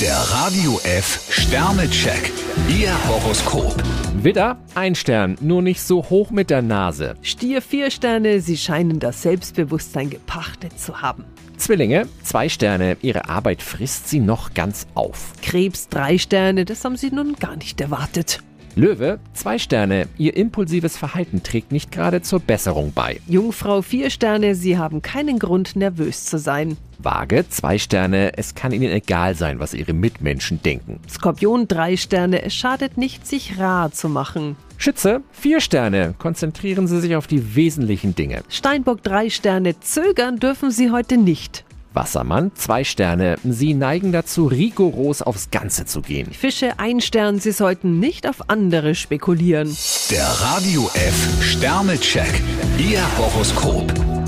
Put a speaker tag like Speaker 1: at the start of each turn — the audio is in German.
Speaker 1: Der Radio F Sternecheck. Ihr Horoskop.
Speaker 2: Widder, ein Stern, nur nicht so hoch mit der Nase.
Speaker 3: Stier vier Sterne, Sie scheinen das Selbstbewusstsein gepachtet zu haben.
Speaker 2: Zwillinge, zwei Sterne, Ihre Arbeit frisst Sie noch ganz auf.
Speaker 3: Krebs drei Sterne, das haben Sie nun gar nicht erwartet.
Speaker 2: Löwe, zwei Sterne, Ihr impulsives Verhalten trägt nicht gerade zur Besserung bei.
Speaker 3: Jungfrau vier Sterne, Sie haben keinen Grund nervös zu sein.
Speaker 2: Waage, zwei Sterne, es kann Ihnen egal sein, was Ihre Mitmenschen denken.
Speaker 3: Skorpion drei Sterne, es schadet nicht, sich rar zu machen.
Speaker 2: Schütze, vier Sterne, konzentrieren Sie sich auf die wesentlichen Dinge.
Speaker 3: Steinbock drei Sterne, zögern dürfen Sie heute nicht.
Speaker 2: Wassermann, zwei Sterne, Sie neigen dazu, rigoros aufs Ganze zu gehen.
Speaker 3: Fische ein Stern, Sie sollten nicht auf andere spekulieren.
Speaker 1: Der Radio F Sternecheck. Ihr Horoskop.